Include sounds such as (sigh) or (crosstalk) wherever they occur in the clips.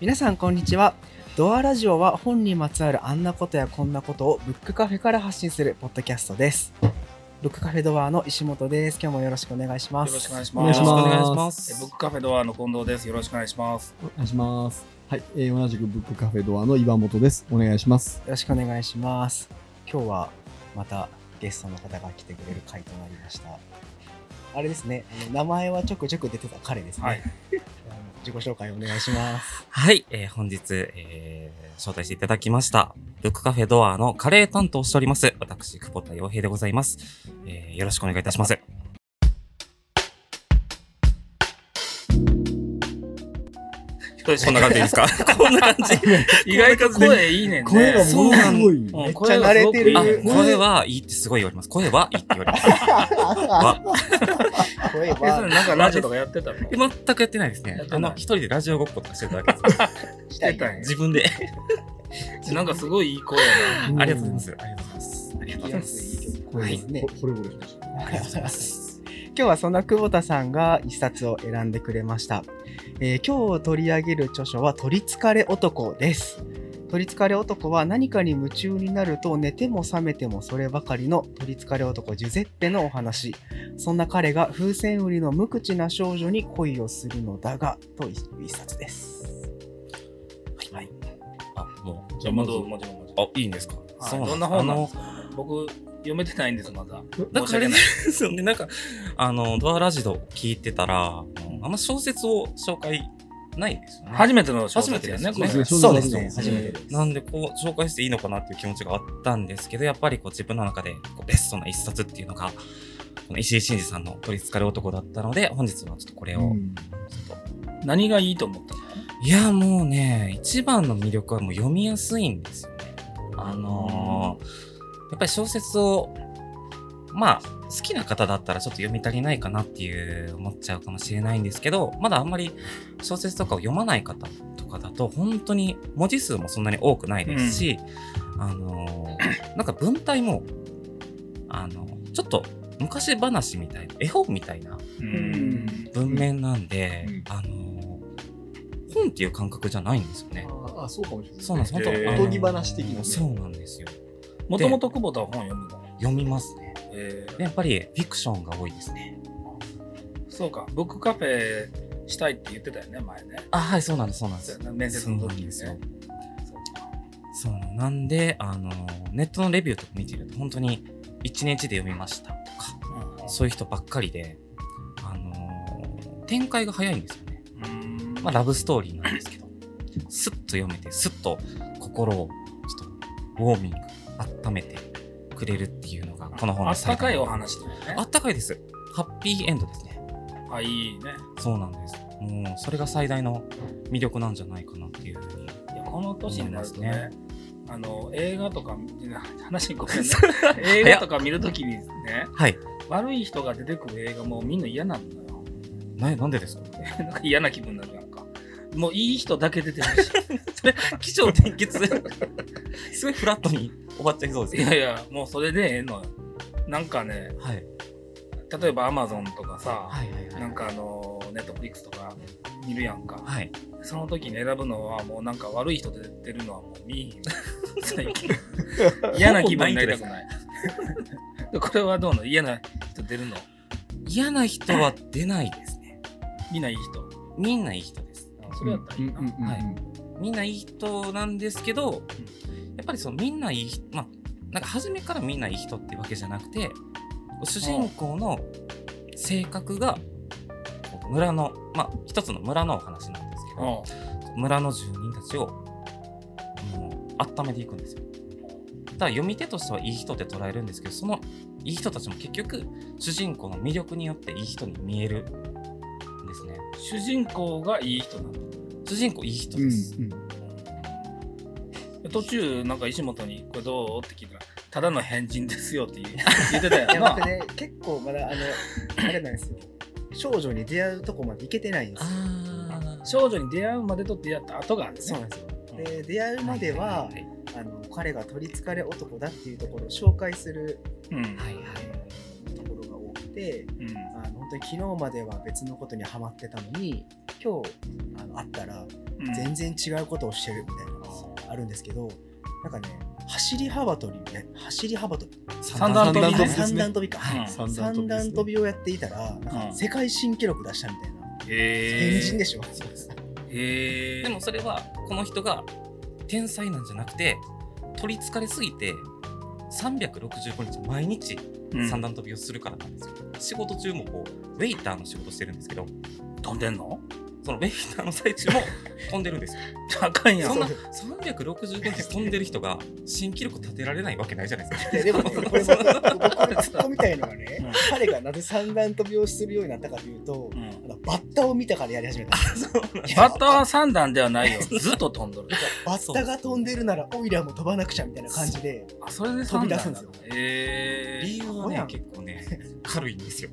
皆さんこんにちはドアラジオは本にまつわるあんなことやこんなことをブックカフェから発信するポッドキャストですブックカフェドアの石本です今日もよろしくお願いしますよろしくお願いしお願まいす。しますえブックカフェドアの近藤です。よろしくお願いします。お願いします。はい、えー同じくブックカフェドアの岩本です。お願いします。よろしくお願いします今日はまたゲストの方が来てくれる回となりましたあれですねあの名前はちょくちょく出てた彼ですね、はい。 (laughs) あの自己紹介お願いしますはい、えー本日、えー招待していただきました、ブックカフェドアのカレー担当をしております、私、久保田洋平でございます、えーよろしくお願いいたします。どうこんな感じで (laughs) すかこんな感じ。意外と声。声いいねんね。声がそもうのなすんごい。うんめっちゃ慣れてる声がすあ、ごくいい声はいいってすごい言われます。声はいいって言われます。 (laughs) 声えそれはなんかラジオとかやってたの全くやってないですやねっ。てあないの、一人でラジオごっことかしてただけです。してたんや自分で。なんかすごいいい声やありがとうございます。ありがとうございます。ありがとうございます。これねね、ほれぼれしました。ありがとうございます。今日はそんな久保田さんが一冊を選んでくれました、えー今日取り上げる著書は「取りつかれ男」です取りつかれ男は何かに夢中になると寝ても覚めてもそればかりの取りつかれ男ジュゼッペのお話そんな彼が風船売りの無口な少女に恋をするのだがという一冊ですはい。あ、もう、な。じゃあ、もちろん、もちろん、もちろん。あ、いいんですか。はいそうどんな本なんですか僕、読めてないんです、まだ。あのなん申し訳かあれなないん。ですよね。なんか、あの、ドアラジド聞いてたら、あのあんま小説を紹介ないですよね。初めての小初め説てやですね、ねこれ。そうですねそうですねそう初ですねめてですなんで、こう、紹介していいのかなっていう気持ちがあったんですけど、やっぱりこう自分の中でこうベストな一冊っていうのが、この石井真二さんの取り憑かれ男だったので、本日はちょっとこれを、うんちょっと何がいいと思ったのいや、もうね、一番の魅力はもう読みやすいんですよね。あのーやっぱり小説を、まあ、好きな方だったらちょっと読み足りないかなっていう思っちゃうかもしれないんですけど、まだあんまり小説とかを読まない方とかだと、本当に文字数もそんなに多くないですし、あのーなんか文体も、あのちょっと昔話みたいな、絵本みたいなうん。文面なんで、うんあの本っていう感覚じゃないんですよね。あ、あそうかもしれない。そうなんです。本へ当ーあのおとぎ話的なそうなんですよ。もともと久保田は本読むの。読みますね。えーやっぱりフィクションが多いですね。そうか、ブックカフェしたいって言ってたよね、前ね。あ、はい、そうなんです。そうなんでそうすや。な面接の時にね。そそうなうんそうなんで、あのネットのレビューとか見てると、本当に1日で読みましたとか、かそういう人ばっかりで、あの展開が早いんですよね。うんまあ、ラブストーリーなんですけど、スッと読めて、スッと心をちょっとウォーミング、温めてくれるっていうのが、この本あのあったかいお最大の話だよねあ。ったかいです。ハッピーエンドですね。あ、いいね。そうなんです。もう、それが最大の魅力なんじゃないかなっていうふうに。いやこの年になると思いねま、あの映画とか、話ごめんね、映画とか見るときにね、はい。悪い人が出てくる映画もうみんな嫌なんだよ。 (laughs) な、なんでですかなんか嫌な気分になるやんか。もういい人だけ出てるし、気象転結。すごいフラットに終わっちゃいそうで (laughs) いすやね。いや、もうそれでええのよ。なんかね、はい。例えばアマゾンとかさ、はいはいはい。なんかあの、ネットフリックスとか見るやんか。はい。その時に選ぶのは、もうなんか悪い人出てるのはもう見えへん。最近嫌な気分になりたくない。これはどうなの嫌な人出るの嫌な人は出ないですね。みんないい人。みんないい人です。それやったらいいな。うんうんうんうんはいみんないい人なんですけど、やっぱりそのみんないい人、まあ、なんか初めからみんないい人ってわけじゃなくて、主人公の性格が、こう村の、まあ、一つの村のお話なんですけど、うん村の住人たちを、もう、温めていくんですよ。ただ読み手としてはいい人って捉えるんですけど、そのいい人たちも結局、主人公の魅力によっていい人に見えるんですね。主人公がいい人なの。主人公いい人うんです。途中、なんか石本に、これどうって聞いたら、ただの変人ですよって言う言ってたいやよ僕な。ね結構まだあのあれなんですよ少女に出会うとこまで行けてないんですよあ少女に出会うまでと出会った後があるね。そうなんですよで出会うまでは、いいあの彼が取りつかれ男だっていうところを紹介するうん。はいはいところが多くてうんあの本当に昨日までは別のことにはまってたのに今日あの会ったらうん全然違うことをしてるみたいなのがあるんですけど、なんかね、走り幅跳びみたいな、走り幅跳び、三段跳びねあ三段跳びか、うんはい三段跳びですね三段跳びをやっていたら、なんうんか世界新記録出したみたいな、へ変人えでしょ、へえでもそれはこの人が天才なんじゃなくて取りつかれすぎて365日毎日三段跳びをするからなんですよ、仕事中もこうウェイターの仕事してるんですけど飛んでんの (laughs) そのウェイターの最中も飛んでるんですよ高いやんそんな365日飛んでる人が新記録立てられないわけないじゃな (laughs) いですかいやでもね、これも僕のツッコみたいのがね、彼がなぜ三段跳びをするようになったかというとう、んなんかバッタを見たからやり始めた。バッターは三段ではないよずっと飛ん (laughs) どるバッタが飛んでるならオイラも飛ばなくちゃみたいな感じであそれで飛三び段出なすんんですだよへ理え由はね結構ね軽いんですよ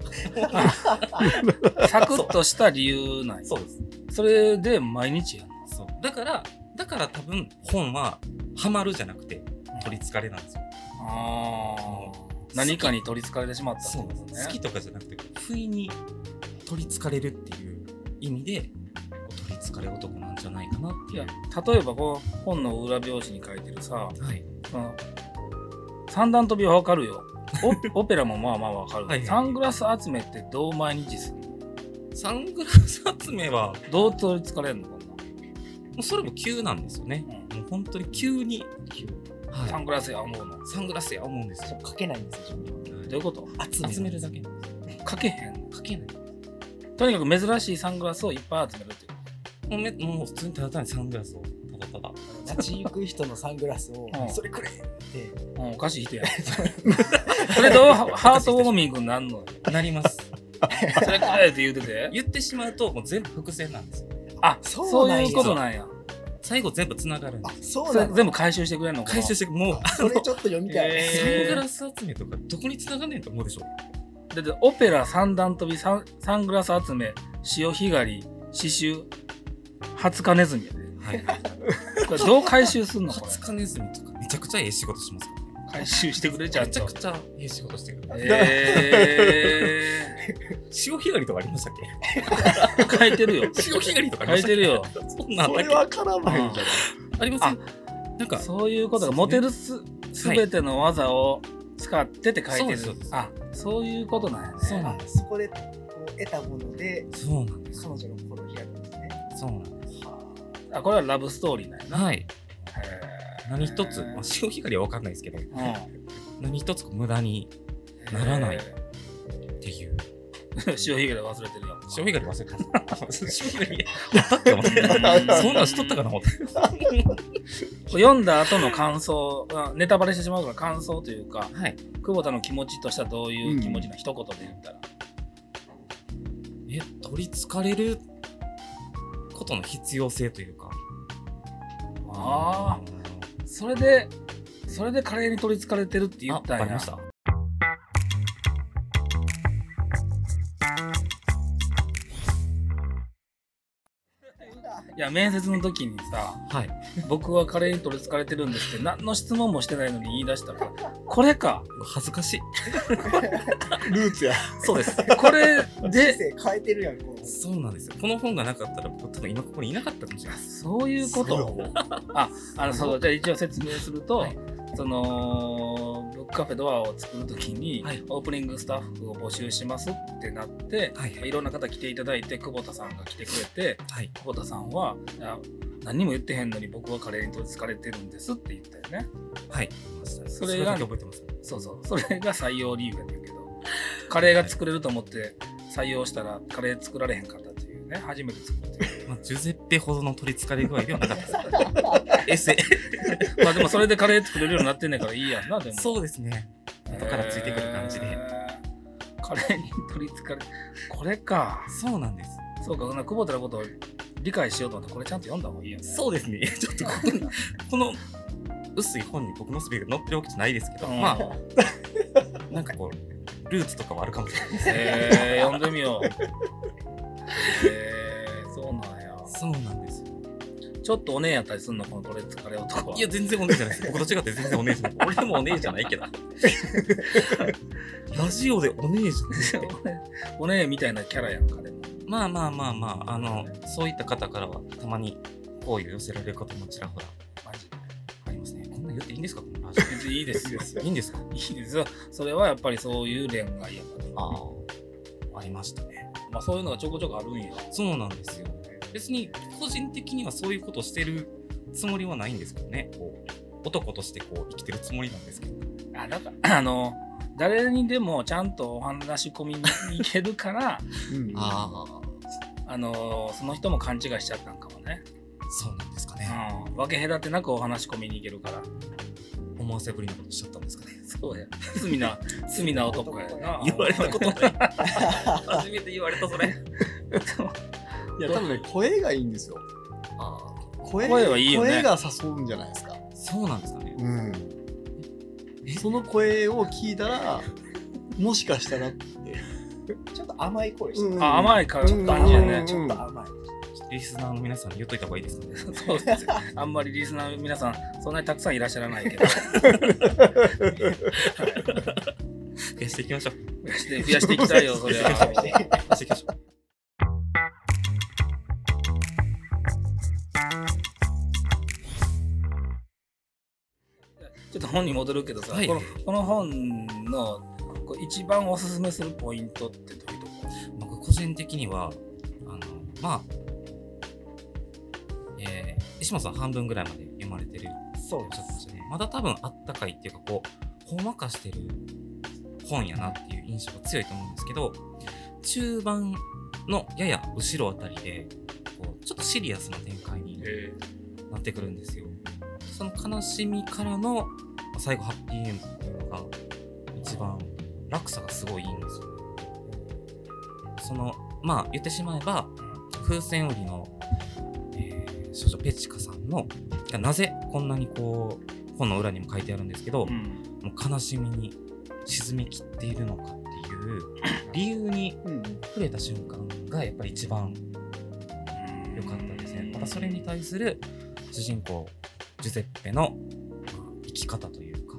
サクッとした理由なんやそうですそれで毎日やんのそうだからだから多分本はハマるじゃなくて取りつかれなんですよあー何かに取りつかれてしまったってそうことね好きとかじゃなくて不意に取りつかれるっていう意味で取りつかれ男なんじゃないかなっていいやう例えばこう本の裏表紙に書いてるさはいその三段跳びはわかるよお (laughs) オペラもまあまあわかる、はいはいサングラス集めってどう毎日するのサングラス集めはもどう取りつかれるのかうそれも急なんですよねな、うんもう本当に急に、はいサングラスや思うのどサングラスや思うんですよ書けないんですよういうこと自集分集めめるるだけかかけへんけないとにかく珍しいサングラスをいっぱい集めるっていうもうめもう普通にただ単にサングラスをただただ立ち行く人のサングラスをうんそれくれってうん、おかしい人やんそれとハートウォーミングになんのよ (laughs) なりますそれかえって言うてて言ってしまうともう全部伏線なんですよあそそううなんやいうことなんや最後全部つながるんであすそうそなれんだ全部回収してくれんの回収してもうそれちょっと読みたい、へサーングラス集めとかどこに繋がんねんと思うでしょだってオペラ三段跳びサンサングラス集め潮干狩り刺繍ハツカネズミやではいこれどう回収すんのこハれツカネズミとかめちゃくちゃええ仕事しますからね回収してくれちゃめんちゃとくちゃええ仕事してくれる。え潮干狩りとかありましたっけー、書いてるよ潮干狩りとかあり書まいしたってるけよそんなんあそったっれけは絡まへんじゃない。ありますなんか、そういうことがモテるすすべての技を使ってって書いてるそうですあそういうことなんやねそうなんあそこでこう得たものでそうなんです。彼女の心を開くんですねそうなんです。あこれはラブストーリーなんやなはい。へー何一つ、まあ、潮干狩りは分かんないですけど、う何一つ無駄にんならないっていう。潮干狩り忘れてるよ潮干狩り忘れて (laughs) ました。潮干狩り、あったっけ思ってそんなんしとっ (laughs) たかな思って。読んだ後の感想、あネタバレしてしまうから感想というか、はい。久保田の気持ちとしてはどういう気持ちの一言で言ったら。え、取りつかれることの必要性というか。あそれで、それでカレーに取りつかれてるって言あ、ったんや。わかりました。いや、面接の時にさ、はい。僕はカレーに取りつかれてるんですって、何の質問もしてないのに言い出したから、これか、恥ずかしい。ルーツや。そうです。これ人で、生変えてるやんこうそうなんですよ。この本がなかったら、僕多分今ここにいなかったかもしれないです。そういうこと。あ、あの、そう、じゃあ一応説明すると、はいその、ブックカフェドアを作るときに、はいオープニングスタッフを募集しますってなって、はいい、ろんな方来ていただいて、久保田さんが来てくれて、はい。久保田さんは、あ何も言ってへんのに僕はカレーに取りつかれてるんですって言ったよね。はい。そそれがれだけ覚えてます。そうそう。それが採用理由やねん (laughs) けど、カレーが作れると思って採用したらカレー作られへんかったっていうね、初めて作ってる。まあ、ジュゼッペほどの取り憑かれ具合ではなか (laughs) った (laughs) です。エセ。まあでもそれでカレー作れるようになってんねんからいいやんな、でも。そうですね。後からついてくる感じで。えーカレーに取りつかれこれかそうなんです。そうかほな久保田のことを理解しようと思ってこれちゃんと読んだ方がいいよねそうですね。 (laughs) ちょっとここに、この薄い本に僕のスピーが載ってるわけじゃないですけど、うんまあ、なんかこう、ルーツとかはあるかもしれないです。えー、読んでみようえー、そうなんやそうなんですよ。ちょっとお姉やったりすんのこの取りつかれ男はいや、全然お姉じゃないです。僕と違って全然お姉じゃ (laughs) ない。俺もお姉じゃないけ (laughs) ど。ラジオでお姉じゃないって。 (laughs) お姉みたいなキャラやんかでもまあまあまあまあ、あの、そういった方からはたまに、好意を寄せられる方もちらほらマジありますね。こんなん言っていいんですかこのラジ別にいいですよ。オいいんですかいいですよ。それはやっぱりそういう恋愛やから。ああ、ありましたね。まあそういうのがちょこちょこあるんや。そうなんですよ。別に個人的にはそういうことしてるつもりはないんですけどね。こう男としてこう生きてるつもりなんですけど。あだから (clears throat) あの誰にでもちゃんとお話し込みに行けるから (laughs) うんああのその人も勘違いしちゃったんかもね、あ、そうなんですかね。うん、分け隔てなくお話し込みに行けるから思わせぶりなことしちゃったんですかね。そうや罪な罪な男やな (laughs) 言われたことない。初めて言われたそれ。いや、多分ね、声がいいんですよ。ああ、声声はいいよね声が誘うんじゃないですか。そうなんですかね。うん。その声を聞いたら、もしかしたらって。ちょっと甘い声してるうんあ甘いからうんちょっと甘いうんねちょっと甘い。リスナーの皆さんに言っといた方がいいですか (laughs) ね。そうですよあんまりリスナーの皆さんそんなにたくさんいらっしゃらないけど増やしていきましょう。増やして増やしていきたいよそれは (laughs) 増やしていきましょう。ちょっと本に戻るけどさ、はいこのこの本のこう一番おすすめするポイントってどういうとこ僕個人的にはあのまあ、えー、石本さん半分ぐらいまで読まれてるってそおうっでしゃってましす。たねまだ多分あったかいっていうかこうほんわかしてる本やなっていう印象が強いと思うんですけど中盤のやや後ろあたりでこうちょっとシリアスな展開にえなってくるんですよ。その悲しみからのまあ最後ハッピーエンドっていうのが一番落差がすごいいいんですよ。そのまあ言ってしまえば風船売りの、えー少女ペチカさんのがなぜこんなにこう本の裏にも書いてあるんですけど、うんもう悲しみに沈みきっているのかっていう理由にうん。触れた瞬間がやっぱり一番良かったですね。またそれに対する主人公ジュゼッペのまあ生き方というか、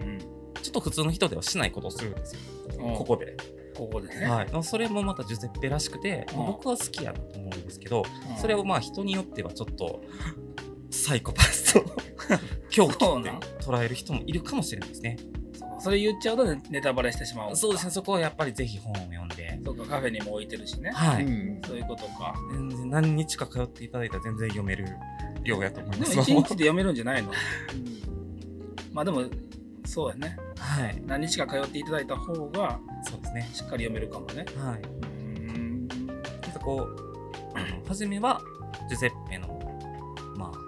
うんちょっと普通の人ではしないことをするんですよ、ここで。ここでね、はい、まあそれもまたジュゼッペらしくて、まあうん僕は好きやなと思うんですけど、うんそれをまあ人によってはちょっとサイコパス (laughs) と狂気ってそうなん捉える人もいるかもしれないですね。そうそれ言っちゃうとねネタバレしてしまうそうですね、そこはやっぱりぜひ本を読んで、そうかカフェにも置いてるしねはうい、ん。そういうことか全然何日か通っていただいたら全然読める量やと思いでまもす。一日で読めるんじゃないのまあでもそうやねはい、何日か通っていただいた方がそうですね。しっかり読めるかもねはい。うんなんかこう、あの初めはジュゼッペの、まあ、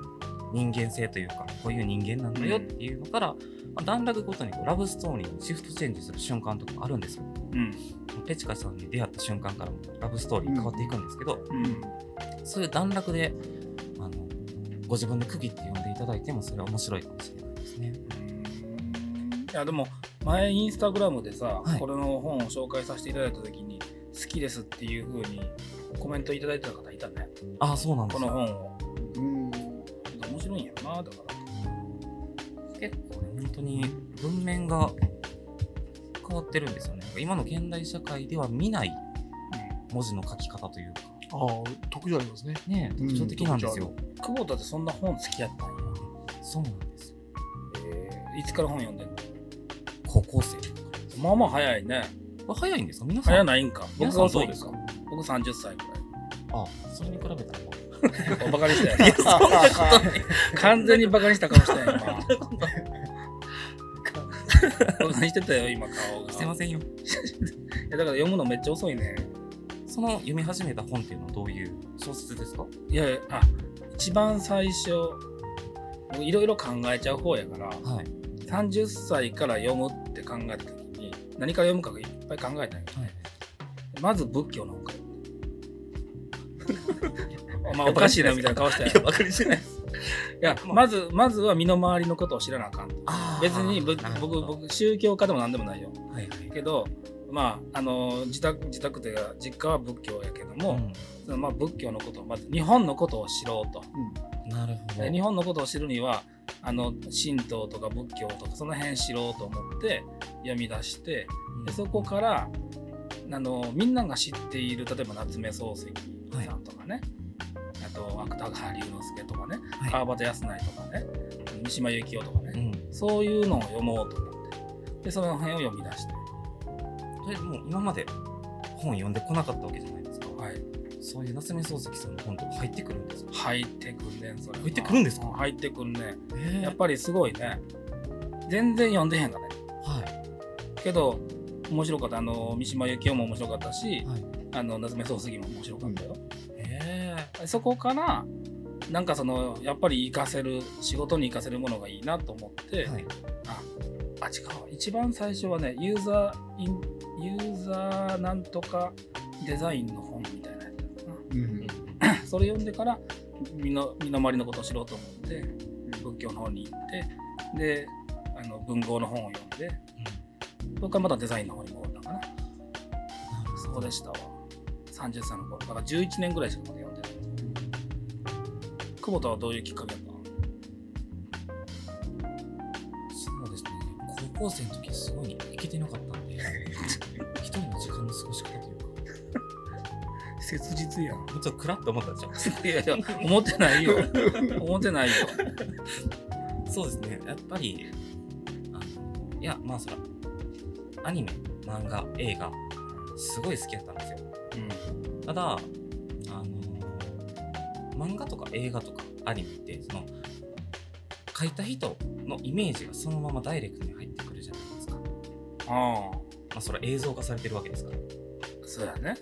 人間性というか、こういう人間なんだよっていうのから、まあ段落ごとにこうラブストーリーにシフトチェンジする瞬間とかもあるんですよ。うんペチカさんに出会った瞬間からもラブストーリー変わっていくんですけど、うんそういう段落で、あの、ご自分で区切って読んでいただいても、それは面白いかもしれないですね。いやでも前インスタグラムでさ、はいこれの本を紹介させていただいた時に「好きです」っていう風にコメントいただいてた方いたねああ、そうなんでこすのよ。本をうん。面白いんやろなだから結構ね、本当に文面が変わってるんですよね。今の現代社会では見ない文字の書き方というか、ああ、得じゃありますね。ね、うん特徴的なんですよ。久保田ってそんな本好きやったんや、そうなんですよ。いつから本読んでんの高校生とか。まあまあ早いねこれ早いんですか皆さん。早ないんか僕皆さがん遅そういんでですすかか僕30歳くあ、それに比べたら、 (laughs) まらいバカにしたやんあ、そんなことない。完全にバカにした顔したやん今 (laughs) バカにしてたよ今顔が (laughs) してませんよ。いやだから読むのめっちゃ遅いねその読み始めた本っていうのはどういう小説ですかいやいやあ一番最初僕いろいろ考えちゃう方やからはい。 30歳から読むって考えた時に何から読むかいっぱい考えたんやまず仏教の方かお前おかしいなみたいな顔したやんばかりしないです。いや、まず、まずは身の回りのことを知らなあかんと。あー別にぶ、なるほ僕、ど僕、宗教家でも何でもないよ。はいはい。けど、まあ、あの、自宅、自宅というか、実家は仏教やけども、そのまあ、仏教のことを、まず、日本のことを知ろうと。うんなるほでど。日本のことを知るには、あの、神道とか仏教とか、その辺知ろうと思って、読み出して、うんでそこから、あの、みんなが知っている、例えば夏目漱石さんとかね、と芥川龍之介とかね、はい川端康成とかね三島由紀夫とかうね、ん。そういうのを読もうと思ってでその辺を読み出して、それもう今まで本読んでこなかったわけじゃないですか。はい、そういう夏目漱石さんの本とか入ってくるんですか入ってくんねんそれ入ってくるんですか入ってくんねえやっぱりすごいね全然読んでへんがねはい。けど面白かったあの三島由紀夫も面白かったし、はいあの夏目漱石も面白かったよ、えそこからなんかそのやっぱり活かせる仕事に活かせるものがいいなと思って、えはい。あ違うわ一番最初はねユーザーインユーザーなんとかデザインの本みたいなやつだったかうんな (clears throat) それ読んでから身の身の回りのことを知ろうと思って仏教の方に行ってであの文豪の本を読んでそこからまたデザインの方に戻ったのかなそうでしたわ30歳の頃だから11年ぐらいしかまだ読んでない久保田はどういうきっかけだったのそうですね。高校生の時すごい行けてなかっ (laughs) たんで、一人の時間の過ごし方というか、切実やんちょっとクラッと思ったんですよ。 (laughs) いやいや思ってない (laughs) よ思ってないよそうですね。やっぱり、あの、いや、まあそら、アニメ、漫画、映画、すごい好きだったんですよ。ただ、あの漫画とか映画とかアニメって、その、書いた人のイメージがそのままダイレクトに入ってくるじゃないですか。まあああそれ映像化されてるわけですから、もそうやね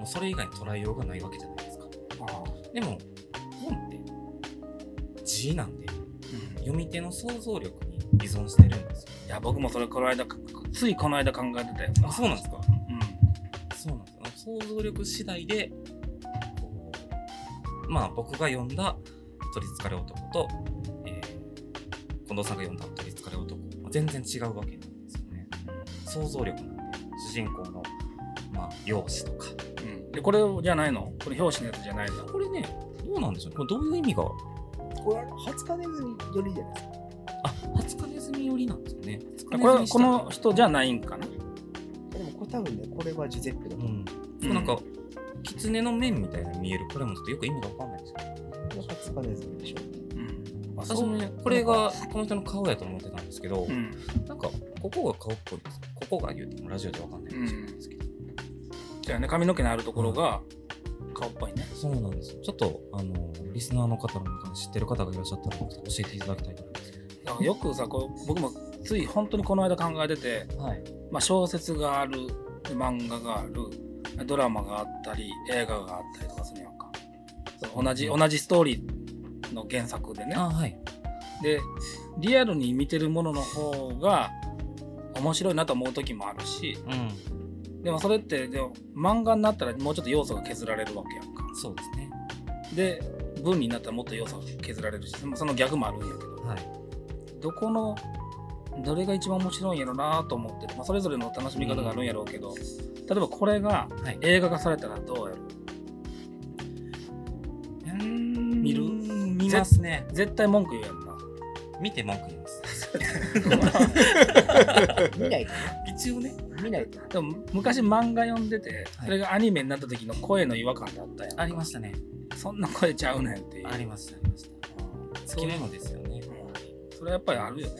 うそれ以外に捉えようがないわけじゃないですか。ああでも、本って字なんで、読み手の想像力に依存してるんですよ。いや僕もそれこの間ついこの間考えてたよあ、そうなんですかうそうなんですよ。想像力次第で、こうまあ僕が読んだ取りつかれ男と、えー近藤さんが読んだ取りつかれ男、まあ全然違うわけなんですよね。想像力なんで、主人公の、まあ、容姿とか。ん、うん、でこれじゃないのこれ表紙のやつじゃないのこれね、どうなんでしょうね。これどういう意味が、これ、20日ネズミよりじゃないですか。あ、初金ネズミ寄りなんですよね。これこの人じゃないんかなでも、これ多分ね、これはジュゼッペだとう思う。ん、なんか、狐の面みたいに見える、これもちょっとよく意味がわかんないですけど、これ20日ネズミで (laughs) しょ。うんあ私もね、これがこの人の顔やと思ってたんですけど、うんなんか、ここが顔っぽいんですここが言うてもラジオでわかんないかもしれないですけど、じゃあね髪の毛のあるところが顔っぽいねそうなんですよ。ちょっと、あの、リスナーの方の中で知ってる方がいらっしゃったら、教えていただきたいと思いますだからよくさこう僕もつい本当にこの間考えてて、はい。まあ、小説があるで漫画があるドラマがあったり映画があったりとかするやんかそう同じ同じストーリーの原作でねあ、はい。でリアルに見てるものの方が面白いなと思う時もあるしうん。でもそれってでも漫画になったらもうちょっと要素が削られるわけやんかそうですね。で文になったらもっと要素が削られるしそのその逆もあるんやけどはい。どこのどれが一番面白いんやろなと思ってる、まあ、それぞれの楽しみ方があるんやろうけど、例えばこれがはい。映画化されたらどうやろ見る見ますね。絶対文句言うやんな見て文句言います。見ないと一応ね。ね、見ないと。でも昔漫画読んでてはいそれがアニメになった時の声の違和感だったやん、 (laughs) ありましたね。そんな声ちゃうねんっていうありました、ありました。そ好きうなのですようね。んそれはやっぱりあるよね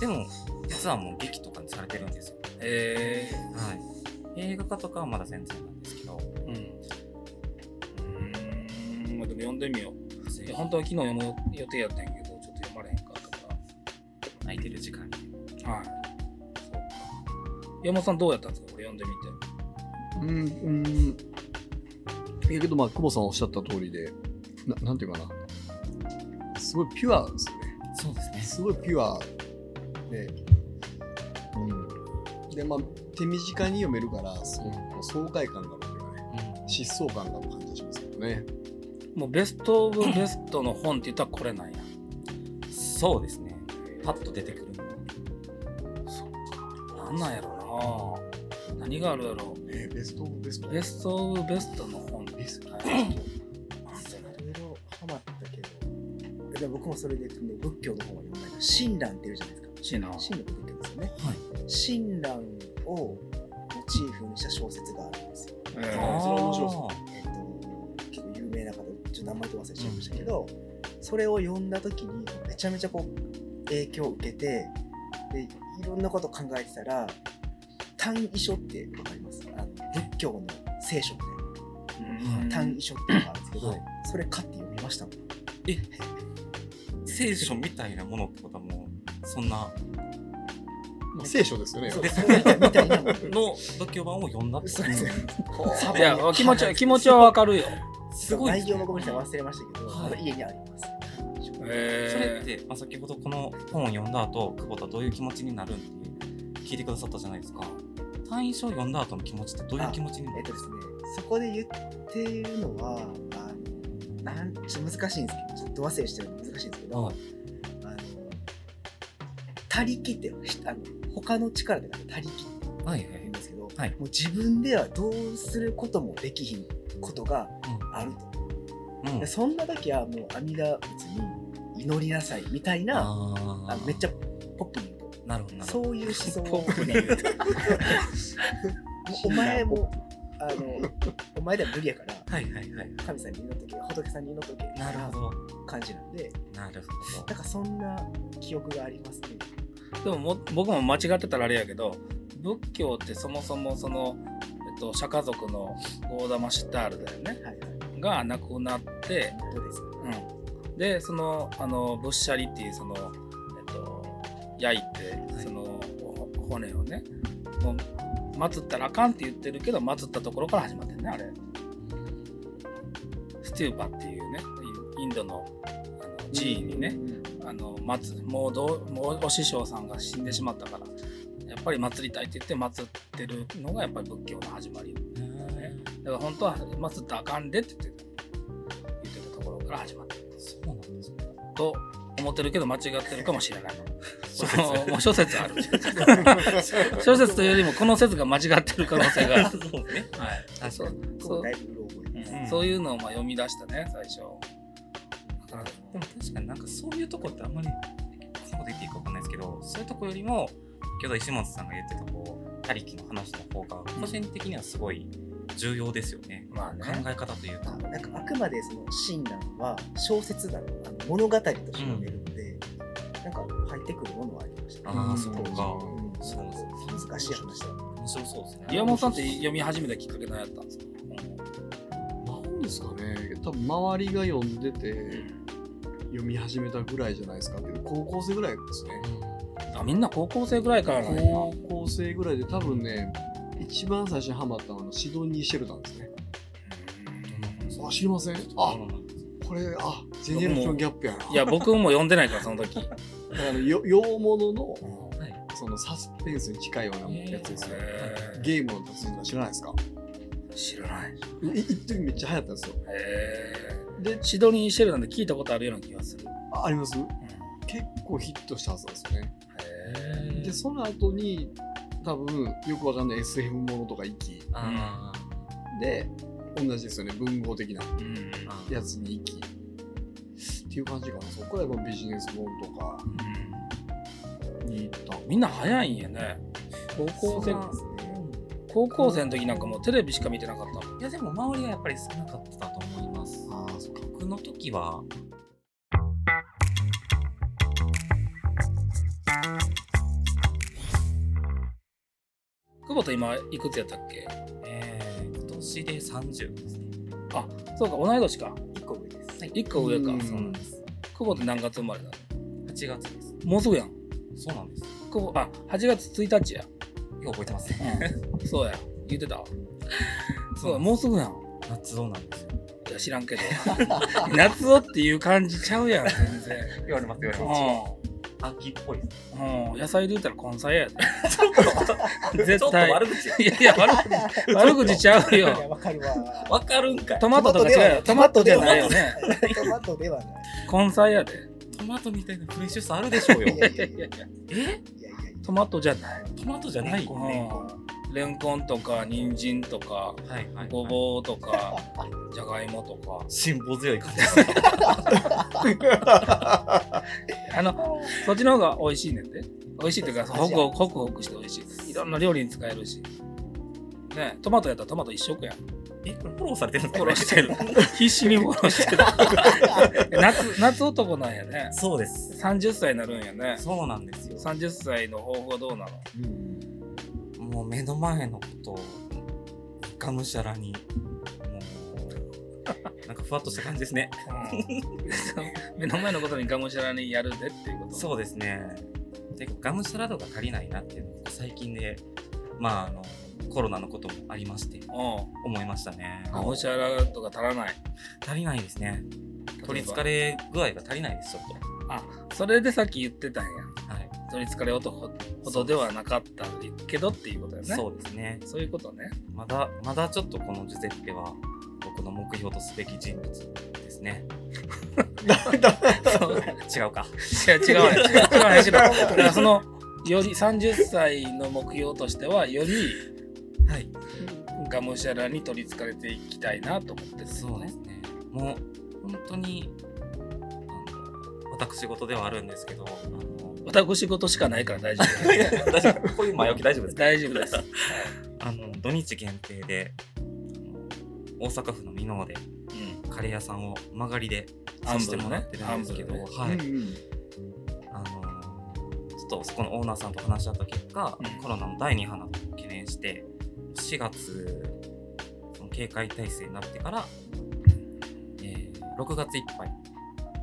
でも、実はもう劇とかにされてるんですよ。えはい。映画化とかはまだ全然なんですけど、えー、うんうんまあでも読んでみようぜいやひ本当は昨日読む予定やったんやけどちょっと読まれへんかったから空いてる時間に。はい。そうか。山本さんどうやったんですかこれ読んでみて。うんうんいやけどまあ久保さんおっしゃった通りでななんていうかなすごいピュアですよねそうですね。すごいピュアで、うん、でまあ手短に読めるからすごくこう爽快感があるというかねうん疾走感がある感じしますけどねもうベストオブベストの本って言ったらこれなんや。そうですね。パッと出てくるの。なんなんやろな。何があるやろ。えベストオブベストベストオブベストの本ってベストなんじゃないいろいろハマったけど、でも僕もそれで、ね、仏教の方は読んないから、親鸞っているじゃないですか。シナ。親鸞って仏教ですよね。はい。親鸞をモチーフにした小説があるんですよ。えあーそれは面白えっと、結構有名な方、ちょょっと名前と忘れちゃいましたけど、それを読んだ時にめちゃめちゃこう影響を受けてでいろんなこと考えてたら「単衣書」ってわかりますあの仏教の聖書みたいな「単衣書」っていうのがあるんですけど、はいそれ買って読みましたもん聖書みたいなものってことはもう、そんな、まあ聖書ですよね。そ要 (laughs) うはそれみたいみたいなもんの仏教版を読んだってことそうですサバいや、気持ちは、気持ちはわかるよ。すすごごいいです内ね容もごめんなさい忘れましたけど、はいあの家にあります。それえっー、て、まあ、先ほどこの本を読んだ後久保田どういう気持ちになるんって聞いてくださったじゃないですか単位書を読んだ後の気持ちってどういう気持ちになえっるとですね、そこで言っているのは、あのなんちょっと難しいんですけど、ちょっと忘れしてるので難しいんですけど、はいあの他力ってひあの他の力でなんか他力ってはい言うんですけど、はいもう自分ではどうすることもできひんことがあると。うんでそんな時はもう阿弥陀仏に祈りなさいみたいな、ああのめっちゃゃポップに言うと。なるほどなるほそういう思想ポをップに言うと。お前 (laughs) もあのお前では無理やからどはいはいはい神さんに祈っとけ仏さんに祈っとけみたないるなほど感じなんでなるほなんかそんな記憶がありますね。でもも僕も間違ってたらあれやけど仏教ってそもそもその、えっと、釈迦族のゴーダマ・シュタールだよねはいはい。が亡くなって、どうですか。うん、でそのあのぶっしゃりっていうその、えっと、焼いてその、ほ骨をねもう祀ったらあかんって言ってるけど祀ったところから始まってるねあれステューパっていうねインインドのあの寺院にね、あの祭もうどうもうお師匠さんが死んでしまったからやっぱり祭りたいって言って祭ってるのがやっぱり仏教の始まりどへーだから本当は祭ったらあかんでって言って言ってたところから始まってるそうなんですねと思ってるけど間違ってるかもしれないそうそのもう諸説ある諸説というよりもこの説が間違ってる可能性 (laughs) がある、そうねはい、確そかうにそうだいぶうろ覚えです。うんそういうのをまあ読み出したね最初だからでも確かになんかそういうとこってあんまりそこで言っていいかわかんないですけどそういうとこよりも先ほど石本さんが言ってたこう他力の話の方が個人的にはすごい重要ですよね、まあね考え方というあか、なんかあくまでその親鸞は小説だのあの物語として読めるので、なんか入ってくるものはありました、あうあんそうかうんそうなんです難しい話だ。面白そうですね岩本さんって読み始めたきっかけ何やったんですか、なんですかね。多分周りが読んでて読み始めたぐらいじゃないですか。けど高校生ぐらいですね。あみんな高校生ぐらいからなんや高校生ぐらいで多分ね一番最初にハマったのはあのシドニー・シェルタンですね。あ知りません。あこれあジェネレーションギャップやな。いや僕も読んでないからその時だからあのよ洋物のはいそのサスペンスに近いようなやつですよ。へーゲームの達人とか知らないですか。知らないへい一時めっちゃ流行ったんですよ。ーでシドニー・シェルなんで聞いたことあるような気がする、あありますうん結構ヒットしたはずなんですよね。へでその後に多分よくわかんない SF ものとか行きあで同じですよね文豪的なーうんーあーやつに行きっていう感じかなそこからやっぱビジネス本とかに行ったみんな早いんやね高校生そう高校生の時なんかもうテレビしか見てなかったもんいやでも周りがやっぱり少なかったと思いますああそっか僕の時は久保田今いくつやったっけえー、今年で30ですねあそうか同い年か一個上です。はい1個上かうんそうなんです久保田何月生まれなの8月ですもうすぐやんそうなんです久保あ8月1日や、よく覚えてますねそうや言ってた (laughs) わそうやもうすぐやん夏男なんですよいや知らんけど (laughs) 夏男っていう感じちゃうやん全然 (laughs) 言われます言われう秋っぽいですねん、うん、野菜で言ったら根菜やでちょっと絶対ちょっと悪口いやい (laughs) や悪口悪口ちゃう (laughs) いやよわかるわ。わかるんかいトマトとか違うよトトママトトじでゃはなないいよね (laughs) トマトではない。根菜やでトマトみたいなフレッシュさあるでしょうよいやいやいやいやえいやいや。トマトじゃないトマトじゃないよねうんレンコンとか人参とかはいはいはいごぼうとかじゃがいもとか辛抱強い感じですねあのそっちの方が美味しいねんで美味しいというかホクホクホクホクして美味しいいろんな料理に使えるしねトマトやったらトマト一食やんえ、これフォローされてるんですか殺してる。必死に殺してる。 (laughs) 夏、夏男なんやね。そうです。 30歳になるんやね。そうなんですよ。 30歳の方法どうなのうんもう目の前のことをがむしゃらにもうなんかふわっとした感じですねうん目の前のことにがむしゃらにやるでっていうことそうですねでがむしゃら度が足りないなっていうのが最近でまああのコロナのこともありましてう思いましたねんがむしゃらとか足らない足りないですね取りつか例えれ具合が足りないですちょっとばそれでさっき言ってたんやはい、取りつかれ男ほどではなかったけどっていうことよねそうですねそういうことねまだまだちょっとこのジュゼッペは僕の目標とすべき人物ですね (laughs) そう違うかいや違うわ違う違う話だだからそのより30歳の目標としてはよりはいがむしゃらに取りつかれていきたいなと思ってるそうですね。もう本当にあの私事ではあるんですけど、あの私事しかないから大丈夫です (laughs) 大丈夫こういう前置き大丈夫ですか？大丈夫 (laughs) ですあの土日限定であの大阪府の箕面でうカレー屋さんを曲がりでさせてもらってるんですけど、アンブルはい、うんあのちょっとそこのオーナーさんと話し合った結果、うんコロナの第2波などを懸念して4月その警戒体制になってから、えー6月いっぱい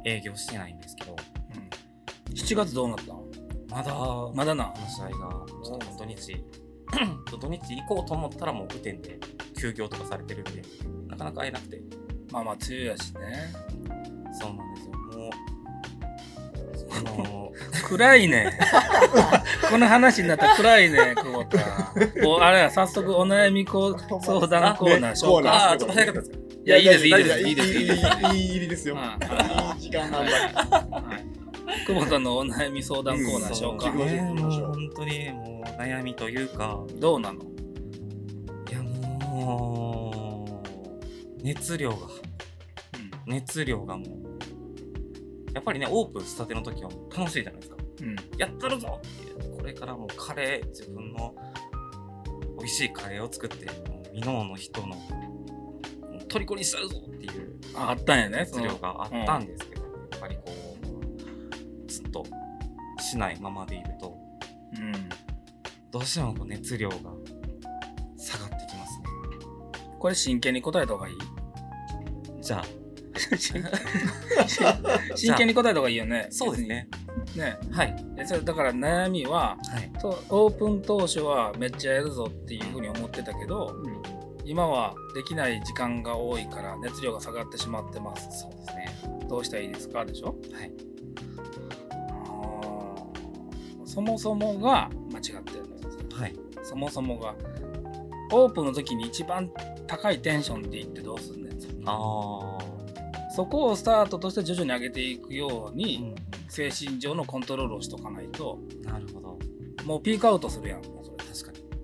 営業してないんですけど。んうん、7月どうなったのまだ、まだなこの試合が、ちょっと土日、土日行こうと思ったらもう雨天で休業とかされてるんで、なかなか会えなくて、まあまあ梅雨やしねそうなんですよ。もう、その、暗いね (laughs) この話になったら暗いね久保田もうあれや早速お悩みこう相談コーナー紹ねコー介ナーああ、ちょっと早かったですかいやいいですいい大で丈夫すいいですいいですいいいい入りですよ。まいあい時間なんだ。はい久保田のお悩み相談 (laughs) コーナーそ紹う介自己ね紹介しもまうしょう本当にもう悩みというか、どうなのいやもう、熱量が、熱量がもう、やっぱりね、オープンしたての時はもう楽しいじゃないですか。うん、うんやったるぞっていうこれからもうカレー自分の美味しいカレーを作ってもう箕面の人のもう虜にしちゃうぞっていうああったんやねそ熱量のがあったんですけど、やっぱりこうずっとしないままでいるとうんどうしてもこう熱量が下がってきますねこれ真剣に答えた方が (laughs) いいじゃあ真真剣に答えた方がいいよねそうですね別にねはいえそれだから悩みははいとオープン当初はめっちゃやるぞっていうふうに思ってたけど、今はできない時間が多いから熱量が下がってしまってますそうですねどうしたらいいですかでしょはいあーそもそもが間違ってるんですはいそもそもがオープンの時に一番高いテンションでいってどうすんねんああそこをスタートとして徐々に上げていくよううにん精神上のコントロールをしとかないとなるほどもうピークアウトするやんもうそれ確か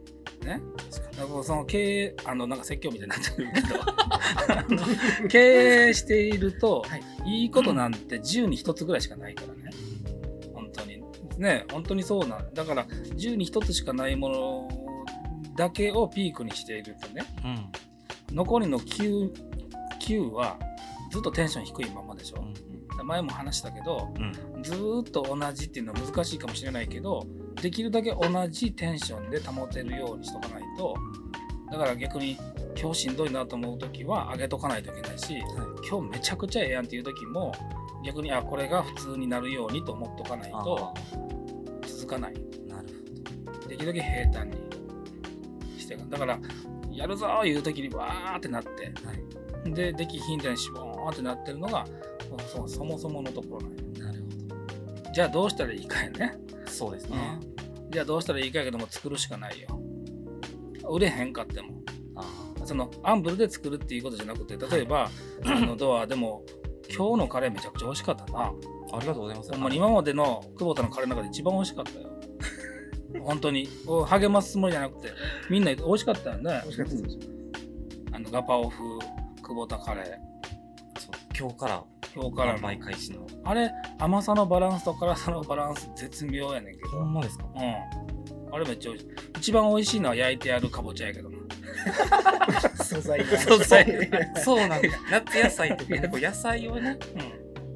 にね確かにだからその経営あのなんか説教みたいになっちゃうけ (laughs) どあの経営していると、はいい、いことなんて10に1つぐらいしかないからね本当にね本当にそうなんだから10に1つしかないものだけをピークにしているとねうん残りの 9, 9はずっとテンション低いままでしょ、前も話したけどうんうんずーっと同じっていうのは難しいかもしれないけどできるだけ同じテンションで保てるようにしとかないとだから逆に今日しんどいなと思う時は上げとかないといけないしうんはい今日めちゃくちゃええやんっていう時も逆にあこれが普通になるようにと思っとかないと続かないなるできるだけ平坦にしていくだからやるぞーいう時にわーってなってほど。はい。でできひんだにしぼーんってなってるのがそそもそものところなんよなるじゃあどうしたらいいかやねほど。そうですね。じゃあどうしたらいいかやけども作るしかないよ売れへんかってもあそのアンブルで作るっていうことじゃなくて例えば、あのドアでも今日のカレーめちゃくちゃ美味しかったなあ。ありがとうございます。ほんまに今までの久保田のカレーの中で一番美味しかった (laughs) よ本当にお励ますつもりじゃなくてみんな美味しかったよね美味しかったですあのガパオ風久保田カレーそう今日から今日から販の売開始の。あれ甘さのバランスと辛さのバランス絶妙やねんけどほんまですか。うんあれめっちゃ美味しい一番美味しいのは焼いてあるかぼちゃやけどなそ素材が素材そうな (laughs) んです夏野菜とかねこう野菜をね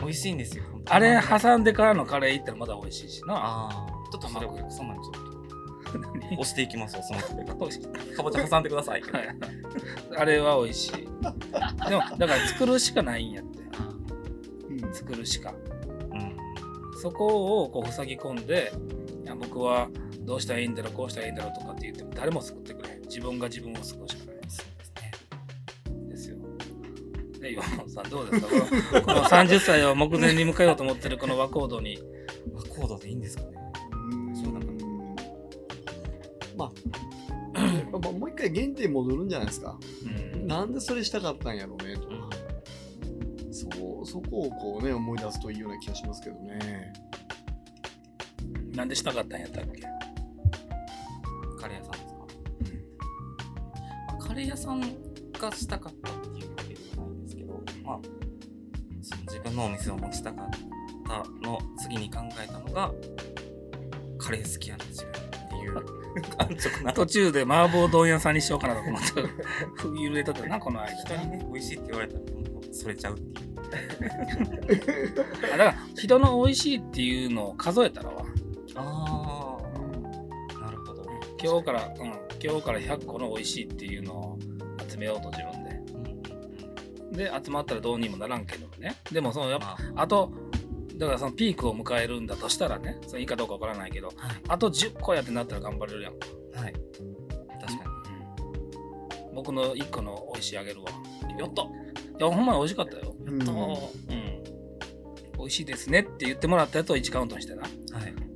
美味しいんですよあれ挟んでからのカレーいったらまだ美味しいしな。ああちょっとそれお客様にち (laughs) ょっと何押していきますよその食べ方かぼちゃ挟んでください (laughs) はいあれは美味しい。でもだから作るしかないんやって作るしか。うんそこをこう塞ぎ込んでいや僕はどうしたらいいんだろうこうしたらいいんだろうとかって言っても誰も救ってくれへん自分が自分を救うしかないですですよ。で岩本さんどうですかこのこの30歳を目前に迎えようと思ってるこの和コードに。和コードでいいんですかねそうなんだまあやっぱもう一回原点に戻るんじゃないですかうんなんでそれしたかったんやろうねとうんそうそこをこうね思い出すといいような気がしますけどねなんでしたかったんやったっけカレー屋さんですか、まあ、カレー屋さんがしたかったっていうわけではないんですけど、まあ、その自分のお店を持ちたかったの次に考えたのがカレー好きやな自分っていう安直な途中で麻婆丼屋さんにしようかなと思って (laughs) 揺れとったなこの間人にね美味しいって言われたらもうそれちゃうっていうあだから人の美味しいっていうのを数えたらわああなるほど、今日から、うん、今日から100個の美味しいっていうのを集めようと自分でうんうんうんで集まったらどうにもならんけどねでもそのやっぱまあとだからそのピークを迎えるんだとしたらねそれいいかどうかわからないけどあはいあと10個やってなったら頑張れるやん、はい確かに僕の1個の美味しいあげるわやったいやほんまに美味しかったようんうん、美味しいですねって言ってもらったやつを1カウントにしてなはい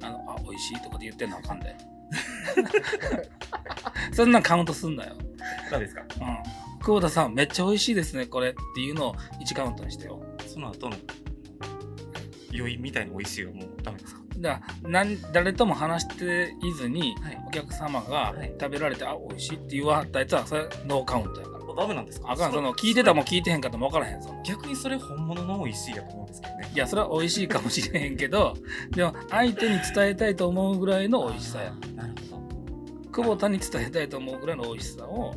あのあ美味しいとかで言ってんのあかん (laughs) でそんなんカウントすんなよ、誰ですかうん、久保田さんめっちゃ美味しいですねこれっていうのを1カウントにしてよその後の酔いみたいに美味しいはもうダメですかだからなん誰とも話していずにはいお客様がはい食べられて、あ美味しいって言わはったやつはそれノーカウントやからあダメなんですかあかんその聞いてたも聞いてへんかったも分からへんその逆にそれ本物の美味しいやと思うんですけどねいやそれは美味しいかもしれへんけどでも相手に伝えたいと思うぐらいの美味しさやあーなるほ久保田に伝えたいと思うぐらいの美味しさを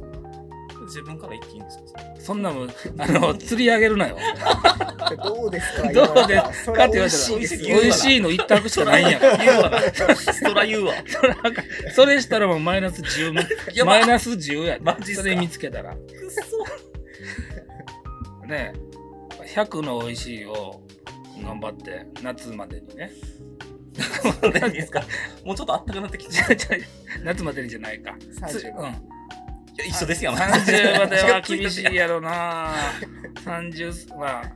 ど自分から言っていいんですかそんなもんあの釣り上げるなよどうですかどうで今それは美味しいです美味しいの一択しかないんやから言うわなそら言うわそれなんかそれしたらもうマイナス10もやばマイナス10やマジっすかそれ見つけたらくっそね100の美味しいを頑張って夏までにね (laughs) 何ですかもうちょっとあったかなってきてい夏までにじゃないかつ30うん、番や一緒ですよ30までは厳 (laughs) しいややろな30まあ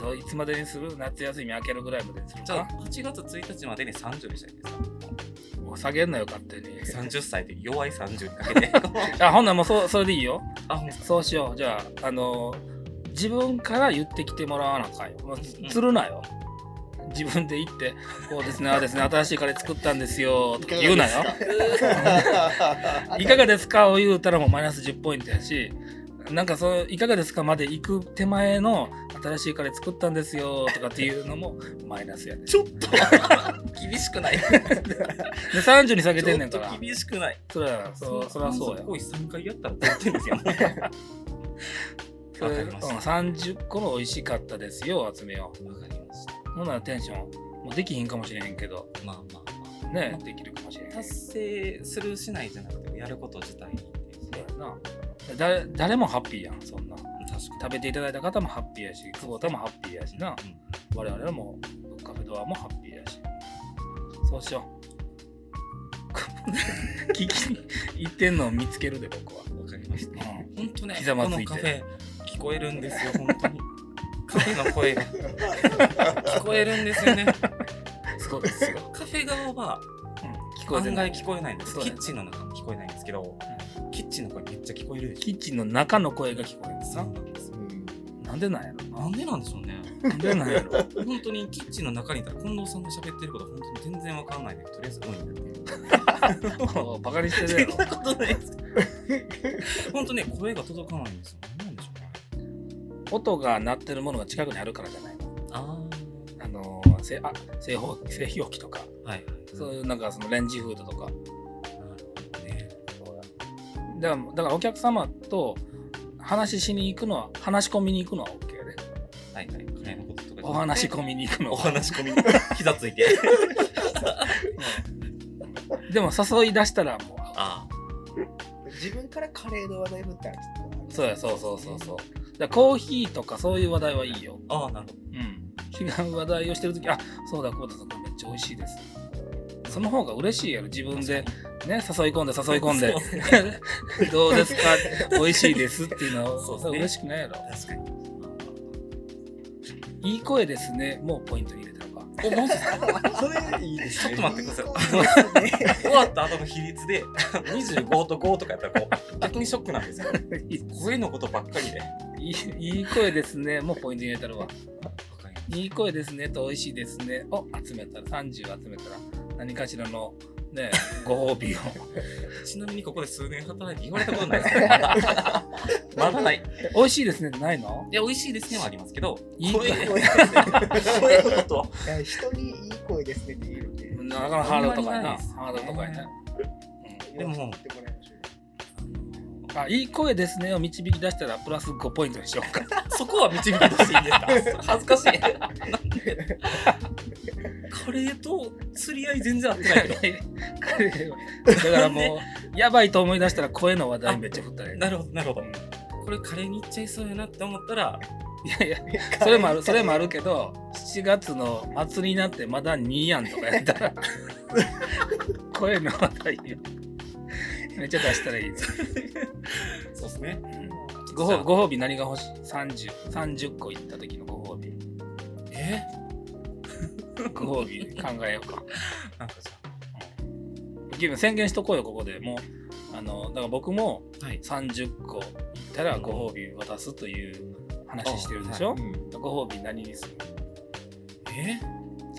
どういつまでにする夏休み明けるぐらいまでにするじゃあか8月1日までに30にしたいんですお下げんなよ勝手にか30歳で弱い30にかけてあほんならもうそそれでいいよあほんまですかそうしよう。じゃあ、あの自分から言ってきてもらわなあかんよ。もううんつるなよ。自分で言って、こうですね、ああですね、新しいカレー作ったんですよ、とか言うなよ。いかがですかを言うたらもうマイナス10ポイントやし、なんかそう、いかがですかまで行く手前の、新しいカレー作ったんですよ、とかっていうのも (laughs) マイナスやで。ちょっと厳しくないで、30に下げちてょんねんっかとら。厳しくないそりゃ、そうそりゃそうや。こい3回やったらやってんですよねそわれかうりんました30個の美味しかったですよ、を集めよう。わかりましたほんならテンション、もうできひんかもしれへんけど、まあまあまあね、できるかもしれへん。達成するしないじゃなくてやること自体にっていうねなだ誰もハッピーやん、そんな。確食べていただいた方もハッピーやし、久保田もハッピーやしな、に我々もブッカフェドアもハッピーやし。そうしよう。 (laughs) 聞きに行ってんのを見つけるで、僕は。わかりましたうん本当ねひざまこついのてカフェ聞こえるんですよ本当にカフェの (laughs) 声が聞こえるんですよねそうですよ。カフェ側は聞こえて案な外い。聞こえないんですそうキだッねチンの中も聞こえないんですけどキッチンの声めっちゃ聞こえるでしキッチンの中の声が聞こえるんでょすな。なんなんですよなんで (laughs) なんやなろんでなんでしょうねな。なんでなんやろ。本当にキッチンの中にいたら近藤さんが喋ってることは本当に全然わかんないでとりあえずうんっていうおいバカにしてるやそろ。んなことないです。本当ね、声が届かないんですよ。なんでしょうね。音が鳴ってるものが近くにあるからじゃないの。ああのー、せあ製法製氷機とか、あ。はい。そういうなんかそのレンジフードとか。なるほどね。だからだからお客様と話ししに行くのは、話し込みに行くのは OK やで。はいはい。金のこととかじゃなくてお話し込みに行くのおは。話し込み。 (laughs) 膝ついて。でも誘い出したらもう、あ自分からカレーの話題ぶったらそうや、そうそうそうそう。だからコーヒーとかそういう話題はいいよ。あ。ああ、なるほど。うん。 (laughs) 違う話題をしてるとき、あ、そうだ、久保田さん、これめっちゃ美味しいです。その方が嬉しいやろ、自分で。ね、誘い込んで誘い込んで。どうですか美味しいですっていうのは、 (laughs) そうですねそれ嬉しくないやろ。確かに。いい声ですね。もうポイントに入れたのか。お、マジ (laughs) ですかそれいいですねちょっと待ってくださいいですね終わった後の比率で、25と5とかやったらこう、逆にショックなんですよ。声のことばっかりで。わいいいい声ですね。もうポイントに入れたるわ。かりまいい声ですねと美味しいですねを集めたら、30集めたら、何かしらの、ね、ご褒 (laughs) 美を。したちなみにここで数年働いて言われたことないですねまだ。 (laughs) まだない。美味しいですねってないのいや、美味しいですねはありますけど、いい声 (laughs) 声の声のことは。いや人にいい声ですねって言えるんでなかなかハードル高いな。あハんまーりドないですねル高いね。で言っもてもらいましょうあ、いい声ですねを導き出したら、プラス5ポイントにしよ (laughs) うか。そこは導き出していいんですか恥ずかしい。なんでカレーと釣り合い全然合ってないけど。だからも (laughs) う、やばいと思い出したら声の話題めっちゃ振ったらいい。なるほど、なるほど。これカレーに行っちゃいそうやなって思ったら、 (laughs) いやいや、それもある、それもあるけど、7月の祭りになってまだ2やんとかやった (laughs) ら、声の話題よ。めっちゃ出したらいいね。そうですね。ご褒ご褒美何が欲しい ?30、30個いった時のご褒美。えご褒美考えようか。 (laughs) なんかじゃ気分宣言しとこうよ、ここで。もう、あの、だから僕もあ、はい。 30個いったらご褒美渡すという話してるでしょ、ご褒美何にするえ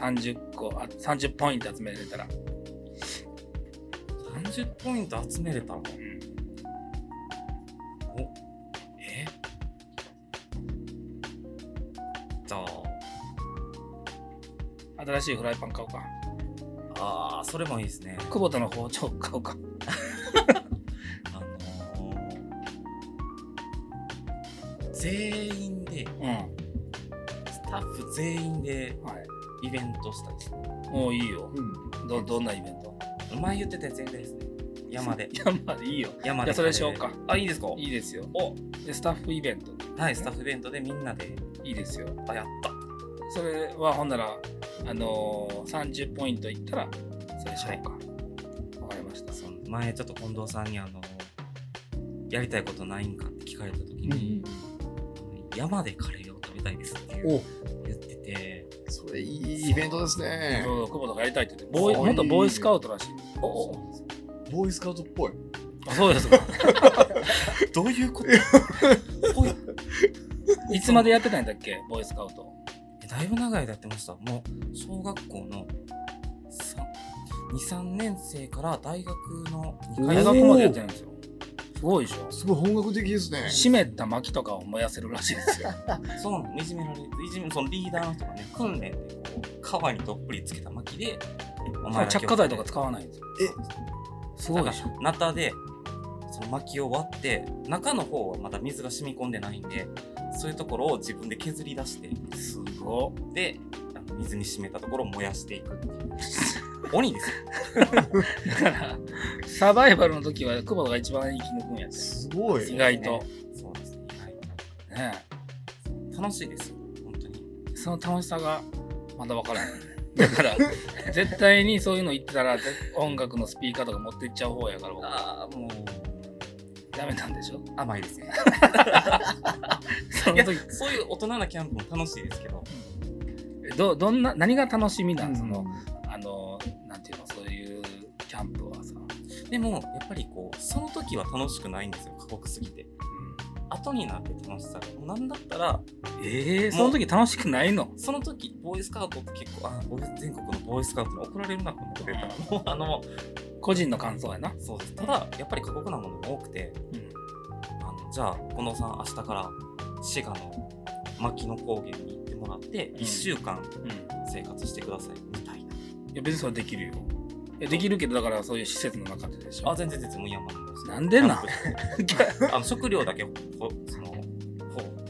30個あ30ポイント集めれたら、 ?30 ポイント集めれたのうんえじゃ新しいフライパン買うかあ、あーそれもいいですね。久保田の包丁買うかあのー全員で、うんはスタッフ全員でイベントしたいですね。いもういいようんどどんなイベント。お前言ってたやつやりたいですね。山で (laughs) 山でいいよ山じゃで。あそれしようか。あ、いいですかいいですよおでスタッフイベントはい、スタッフイベントでみんなで、いいですよあ、やった。それはほんならあのー、30ポイントいったらそれしようかわ、かりましたその前ちょっと近藤さんにあのやりたいことないんかって聞かれた時うんうに、ん山でカレーを食べたいですっていうお言っててそれいいイベントですねそう久保田がやりたいって言ってボーイそう元ボーイスカウトらしいボーイスカウトっぽいあそうですかどういうこといつまでやってたんだっけボーイスカウトだいぶ長い間やってましたもう小学校の23年生から大学の2大回学生までやってるんですよすごいでしょすごい本格的ですね湿った薪とかを燃やせるらしい (laughs) ですよ。そうなのいじめられていじめそのリーダーの人がね訓練でこう川にどっぷりつけた薪でおら着火剤とか使わないんですよ。すごいでなんしかょ。ナタでその薪を割って中の方はまだ水が染み込んでないんでそういうところを自分で削り出してすごであの水に染めたところを燃やしていくっていう (laughs) 鬼ですよい。だから、サバイバルの時は久保田が一番生き抜くんやつ。すご意い外と。そうですねはいね楽しいですよ本当にえその楽しさがまだわからない。だ (laughs) から、絶対にそういうの言ってたら、絶音楽のスピーカーとか持っていっちゃう方やから、僕ああもうダメなんでしょ。甘いですね (laughs) そいのや時、そういう大人なキャンプも楽しいですけどどどんな、何が楽しみな、うんんその、あの、なんていうの、そういうキャンプはさ。でもやっぱりこうその時は楽しくないんですよ過酷すぎて後になって楽しさがもうなんだったらええそそのの時楽しくないのその時ボーイスカウトって結構あボーイ全国のボーイスカウトに怒られるなこんなこと言ったらもうあの個人の感想やな。そうですただやっぱり過酷なものが多くてあのじゃあ近藤さん明日から滋賀の牧野高原に行ってもらってん1週う間ん生活してくださいみたいな、いや別にそれできるよ。やできるけどだからそういう施設の中ででしあ、ょ全然全然、もう山のですなんでなんキャンプあの食料だけ、ほその、ほ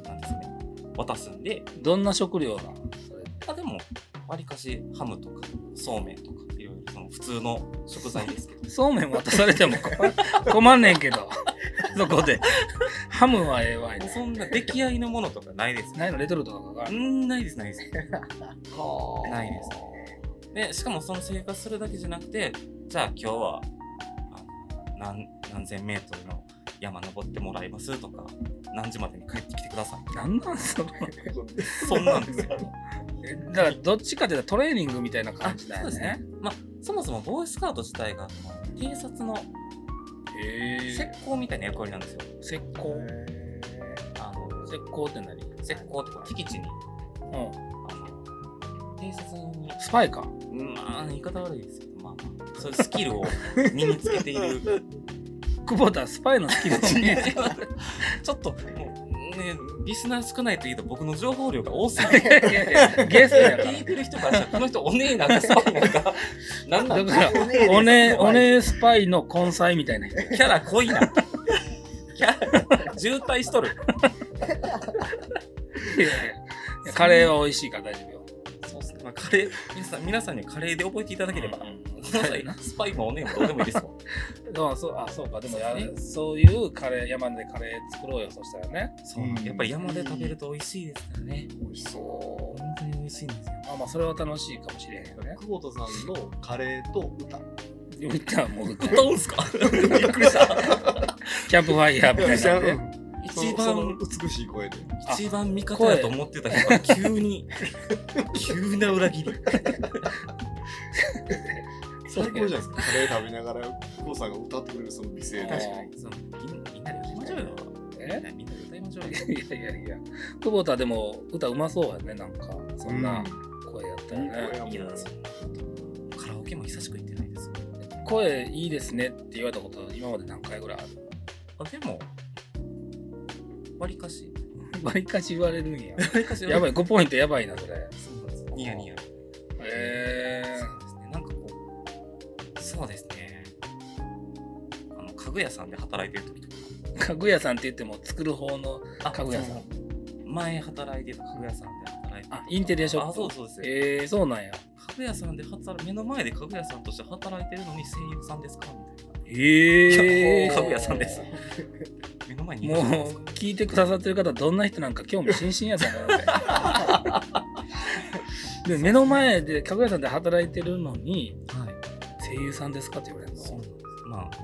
なんですかね、渡すんで、どんな食料なんあ、でも、わりかしハムとか、そうめんとか、いろいろその普通の食材ですけど、そうめん渡されても困 (laughs) 困んねんけど (laughs) そこでハムはええわいなそんな出来合いのものとかないですね。ないのレトルトとかがうん、ないです、ない (laughs) です。はあないですで、しかもその生活するだけじゃなくて、じゃあ今日は、あ何何千メートルの山登ってもらいますとか、何時までに帰ってきてください。なんなん (laughs) そのそんなんです (laughs) よ。えだからどっちかっていうとトレーニングみたいな感じだよね。まあ、そもそもボーイスカウト自体が、偵察のへ石膏みたいな役割なんですよ。石膏あの石膏って何石膏ってこう敵地に、うんあの偵察に、スパイかまあ、言い方悪いですけど、まあまあ、そういうスキルを身につけている。久保田スパイのスキルだねちょっと、もうね、リスナー少ないといいと僕の情報量が多すぎいて。やいやいやゲストやから聞いてる人からしたら、この人おねえなんかスパイなんか、なんなんだからおねおねスパイの根菜みたい (laughs) な人キャラ濃いな。キャラ、渋滞しとる。いやいやいやカレーは美味しいから大丈夫よそうっすね。まあ、カレー、皆さん、皆さんにカレーで覚えていただければ、その際スパイもおねえもどうでもいいですもん。あそうあそうかでもやそうでそういうカレー山でカレー作ろうよそしたらねそう、うんやっぱり山で食べると美味しいですからね。美味しそう本当に美味しいんですよ。あまあそれは楽しいかもしれへんけどね久保田さんのカレーと歌言ったらもう歌うんすか (laughs) びっくりした。 (laughs) キャンプファイヤーみたいなうねんその一その番、美しい声で一番味方だと思ってた人が急に、急な裏 (laughs) 切り。最高じゃないですかカレー食べながら久保さんが歌ってくれるその美声確でかにそうみんみんなで歌いましょうよ。みん (laughs) えなみんなで歌いましょうよ。いやいやいや久保田でも歌うまそうやねなんかそんな声やったうんいいら声ね、やもんいや、そうカラオケも久しく行ってないです。声いいですねって言われたこと今まで何回ぐらいあるあ、でも、わりかし。わりかし言われるんやわりかし (laughs) やばい。い5ポイントやばいなそれそうなんです。ニヤニヤ。えそうですね。なんかこう、そうですね。あの、家具屋さんで働いてる時とか、ー、家具屋さんって言っても作る方のあ家具屋さんそう前働いてた家具屋さんで働いてたあインテリアショップあ、そうそうです。えー、そうなんや家具屋さんで働い目の前で家具屋さんとして働いてるのに声優さんですかみたいな。ええい (laughs) や家具屋さ (laughs) んです。目の前にいもらうっしゃるんですか聞いてくださってる方どんな人なんか興味津々やと思うね (laughs) で目の前で家具屋さんで働いてるのにはい。声優さんですかって言われるそうのなんです。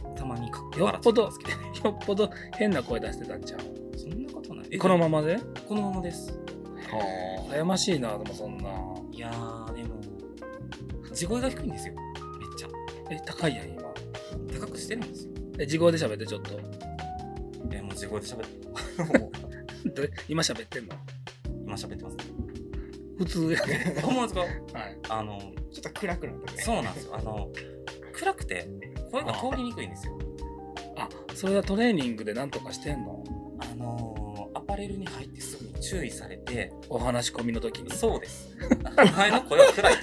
まあ、たまにかっこよっぽど笑っちゃうんですよっぽど変な声出してたんちゃうけど。そんなことない。えこのままでこのままです。は悩ましいなでもそんないやー、でも、地声が低いんですよ。めっちゃ。え高いやん今高くしてるんですよ。え地声で喋ってちょっとえ、もう地声で喋って、で今喋ってんの今 (laughs) 喋ってます。普通やね思うんですかはいあの、ちょっと暗くなったね。そうなんですよ。あの、暗くて、声が通りにくいんですよ。あそれはトレーニングで何とかしてんのあのー、アパレルに入ってすぐに注意されて、お話し込みの時にそ (laughs) うです。お前の声は暗い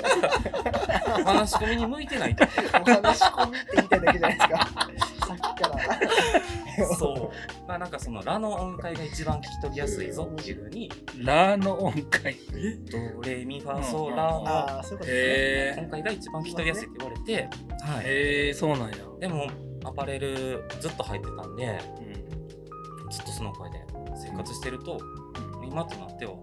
と。お話し込みに向いてな (laughs) いと。お話し込みって言いたいだけじゃないですか。さっきから。そう。まあなんかその、ラの音階が一番聞き取りやすいぞっていうふうに、ラーの音階ドレミファソラのああ、そういうことね。えー音階が一番聞き取りやすいって言われて、はい。えー、そうなんや、でも、アパレルずっと入ってたんで、うんずっとその声で生活してると、今となっては、も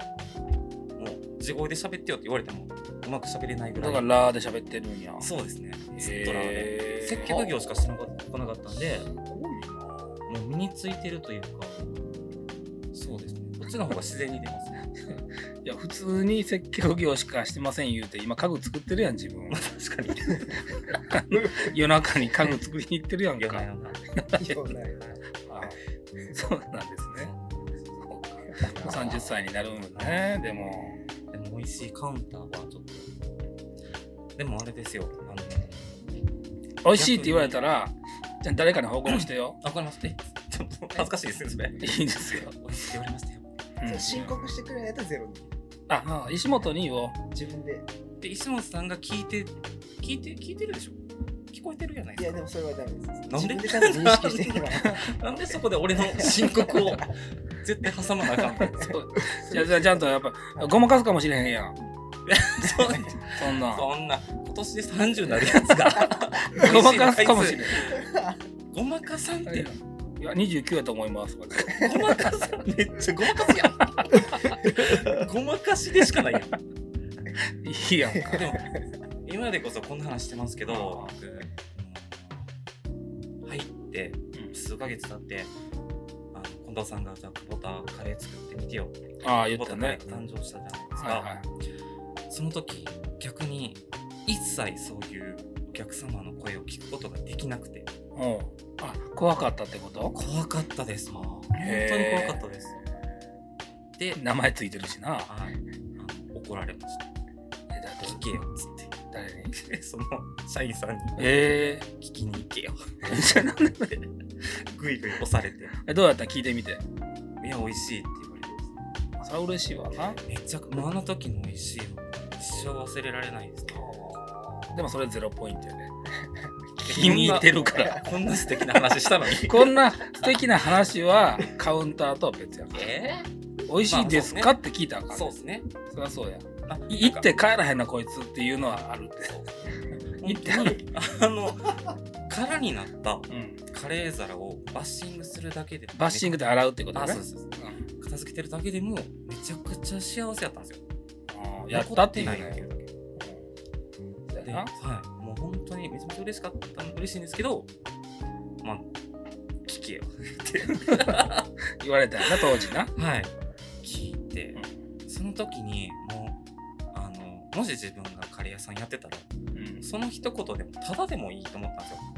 う、地声で喋ってよって言われても、うまく喋れないぐらだい。からラーで喋ってるんや。そうですね。へーずっとラーで。接客業しかしてなかった来なかったん (laughs) で、もう身についてるというか、そうですね。こっちの方が自然に出ますね。いや普通に接客業しかしてません言うて今家具作ってるやん自 (laughs) 分確かに。 (laughs) 夜中に家具作りに行ってるやんいやなかいよなそうなんやあそうなんですね30歳になるんねでもでも美味しいカウンターはちょっと。でもあれですよ。あの、美味しいって言われたらじゃあ誰かに報告してよあわかりますね。ちょっと恥ずかしいですね、それ。いいです (laughs) よ、美味しいって言われましたよ。うんそう申告してくれないとゼロに。ああ石本に言おう自分で。で、石本さんが聞いて、聞いて、聞いてるでしょ聞こえてるじゃないいでやすでもか。それはダメです。なんで自分でちゃんと認識してるから。なんでそこで俺の申告を絶対挟まなあかん (laughs) のそうじゃあじゃあちゃんとやっぱごまかすかもしれへんやんそうそんなんそんな、今年で30になるやつが。 (laughs) ごまかすかもしれない。へ (laughs) ごまかさんっんいてや。いや29やと思いますとか (laughs) 言ってごまかさん、めっちゃごまかすやん。ごまかしでしかな (laughs) いやん。いい (laughs) やんかでも今でこそこんな話してますけど、僕入って数ヶ月経ってあの近藤さんが「じゃあ久保田カレー作ってみてよ」ってああ言った久ね保田カレーが誕生したじゃないですか、はいはいその時逆に一切そういうお客様の声を聞くことができなくてうんあ怖かったってこと怖かったですもう本へ当にー怖かったですで、名前ついてるしなはい、あの怒られましたえだって聞けよっつって誰にで (laughs) その社員さんにえ聞きに行けよー、 (laughs) じゃあなんでぐいぐい押されてえどうやったん聞いてみていや、美味しいって言われまそれは嬉しいわなす。めちゃくもうあの時の美味しいの、一生忘れられないですね。でもそれゼロポイントよね (laughs) 気気に入ってるからこんな素敵な話したのに。 (laughs) こんな素敵な話はカウンターとは別やからえ美味しいですかって聞いたらあーかんそうですね。そりゃそうやあ、い行っなて帰らへんなこいつっていうのはあるってんか本当に、あの、空になったうんカレー皿をバッシングするだけで。バッシングで洗うってことあ、ねそうです。そうです片付けてるだけでも、めちゃくちゃ幸せやったんですよ。うんやったっていう残ってないねだけそうで、やは、ないもう本当にめちゃめちゃ嬉しかった、嬉しいんですけど、まあ、聞けよって。言われたよな当時なはい、聞いて、その時にもうあのもし自分がカレー屋さんやってたらうんその一言でもただでもいいと思ったんですよ、うん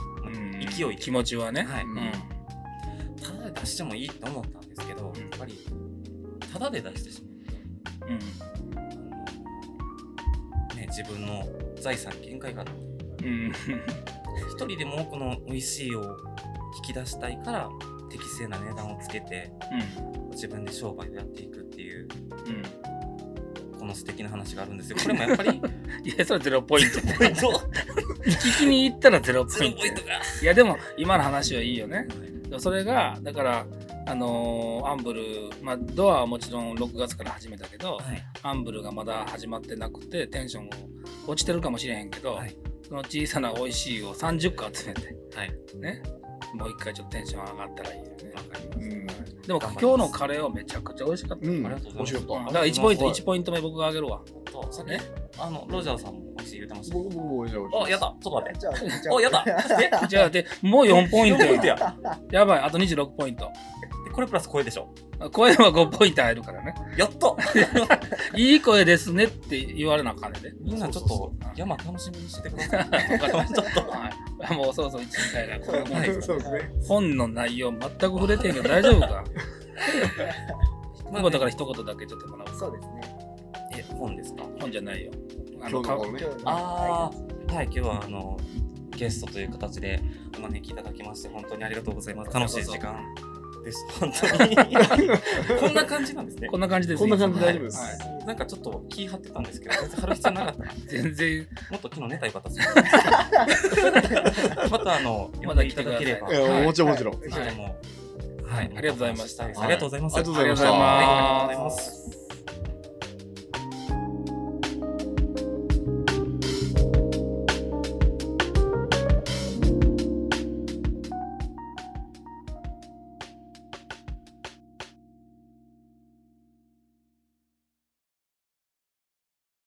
勢い気持ちはねはいうんただで出してもいいと思ったんですけど、うんやっぱりただで出してしうんまうあの、ね、自分の財産に限界があるうん一人でも多くの美味しいを引き出したいから適正な値段をつけて自分で商売をやっていくっていううんこの素敵な話があるんですよこれもやっぱりいやそれはゼロポイントポイント聞きに行ったらゼロゼポイロントポイントが。いやでも今の話はいいよねはいそれがだからあのーアンブル、まあ、ドアはもちろん6月から始めたけど、はいアンブルがまだ始まってなくてテンションを落ちてるかもしれへんけど、はいその小さな美味しいを30個集めて、はいね、もう一回ちょっとテンション上がったらいいよね。わかりうます。んでも頑張ります今日のカレーはめちゃくちゃ美味しかった。うんありがとうご面ざいま白すかだっから1ポイント、はい。1ポイント目僕があげるわ。と、さっき、あの、ロジャーさんも美味しい言ってましたた。僕僕も美味しいあ、やった、ちょっと待って。じゃあじゃあお、や (laughs) った。 (laughs) え、じゃあで、もう4ポイント4ポイントや。や。やばい、あと26ポイント。でこれプラス声でしょ。声は5ポイント入るからね。やった。いい声ですねって言われなあかんねんで。みんなちょっと山楽しみにしてくださ (laughs) い。ちょっと。 (laughs) はい、もうそうそう1時間やからこれはもい美味しいそうですね。本の内容全く触れてんけど大丈夫か久まあ保田から一言だけちょっともらおうそうですね。え、本ですか。本じゃないよあの今日のかこの今ね日。のああ、はい、今日はあの。ゲストという形でお招きいただきまして本当にありがとうございます。楽しい時間です。 (laughs) 本当に。こんな感じなんですねこ。んな感じですこんな感じで大丈夫ではすい。なんかちょっと気張ってたんですけど、全然張る必要なかった。全然もっと昨日ネタよかっ (laughs) たです。またあの、ままだだ来いてたくだださいければ。いいやもちろんはもいちろん。つでも。はい、ありがとうございましたありがとうございます。ありがとうござあいましたりがとうございますはいありがとうございます。